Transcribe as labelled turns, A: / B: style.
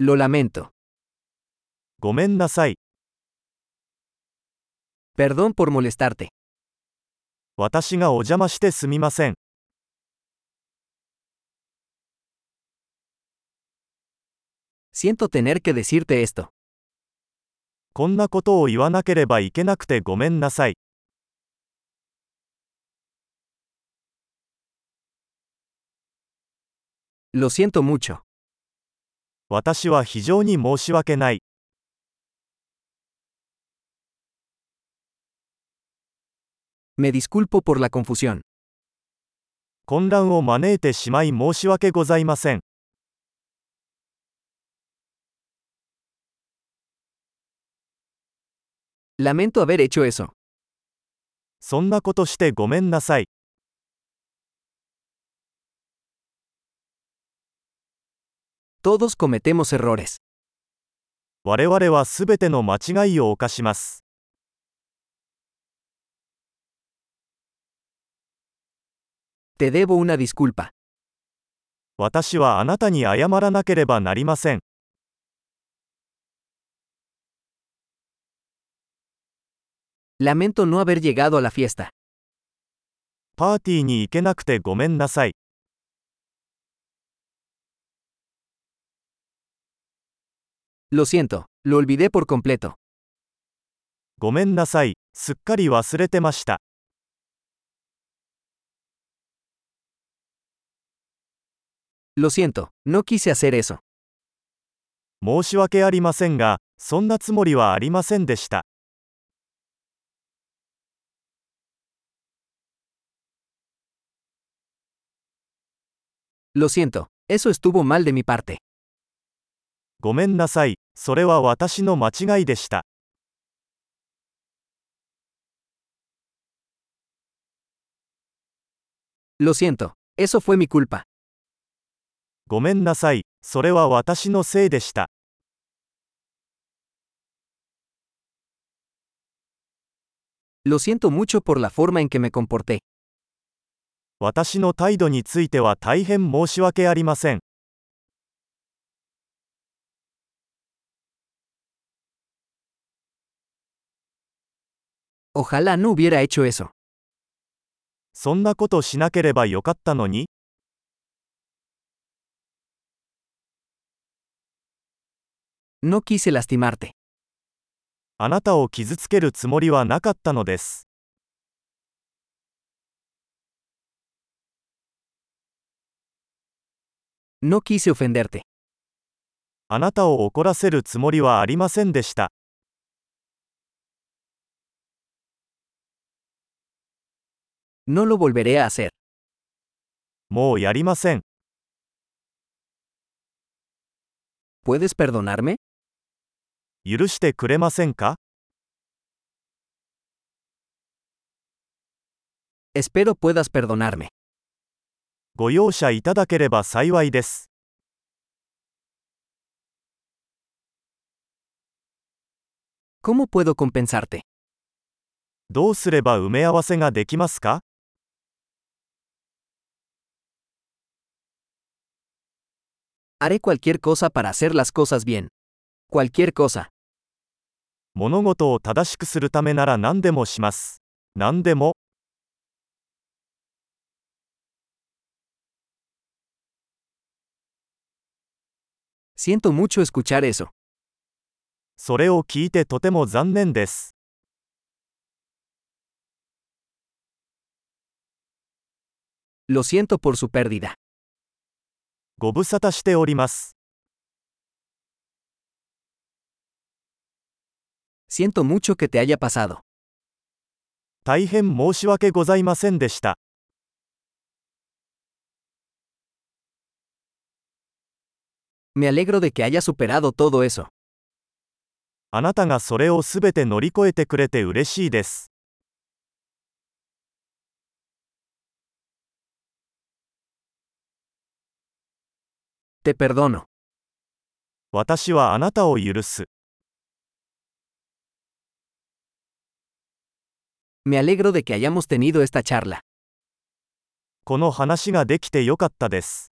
A: Lo lamento.
B: ごめんなさい。
A: Perdón por molestarte.
B: 私がお邪魔してすみません。
A: Siento tener que decirte esto.
B: こんなことを言わなければいけなくてごめんなさい。
A: Lo siento mucho.
B: 私は非常に申し訳ない。
A: Me disculpo por la confusión.
B: 混乱を招いてしまい申し訳ございません。
A: Lamento haber hecho eso.
B: そんなことしてごめんなさい。
A: Todos cometemos errores.
B: 我々はすべての間違いを犯します。
A: Te debo una disculpa.
B: 私はあなたに謝らなければなりません。
A: Lamento no haber llegado a la fiesta.
B: パーティーに行けなくてごめんなさい。
A: Lo siento, lo olvidé por completo.
B: ごめんなさい。すっかり忘れてました。
A: Lo siento, no quise hacer eso.
B: 申し訳ありませんが、そんなつもりはありませんでした。
A: Lo siento, eso estuvo mal de mi parte.
B: ごめんなさい。それは私の間違いでした。
A: Lo siento, eso fue mi culpa.
B: ごめんなさい。それは私のせいでした。
A: Lo siento mucho por la forma en que me comporté.
B: 私の態度については大変申し訳ありません。
A: Ojalá no hubiera hecho eso.
B: そんなことしなければよかったのに、
A: No quise lastimarte.
B: あなたを傷つけるつもりはなかったのです。
A: No quise ofenderte.
B: あなたを怒らせるつもりはありませんでした。
A: No lo volveré a hacer.
B: もうやりません。
A: ¿Puedes perdonarme?
B: 許してくれませんか
A: Espero puedas perdonarme.
B: ご容赦いただければ幸いです。
A: ¿Cómo puedo compensarte?
B: どうすれば埋め合わせができますか
A: Haré cualquier cosa para hacer las cosas bien. Cualquier cosa.
B: 物事を正しくするためなら何でもします。何でも、
A: Siento mucho escuchar eso.
B: それを聞いてとても残念です。
A: Lo siento por su pérdida.
B: ご無沙汰しております。
A: Siento mucho que te haya pasado.
B: 大変申し訳ございませんでした。
A: Me alegro de que hayas superado todo eso.
B: あなたがそれをすべて乗り越えてくれて嬉しいです。
A: Te perdono.
B: 私はあなたを許す。
A: Me alegro de que hayamos tenido esta charla.
B: この話ができてよかったです。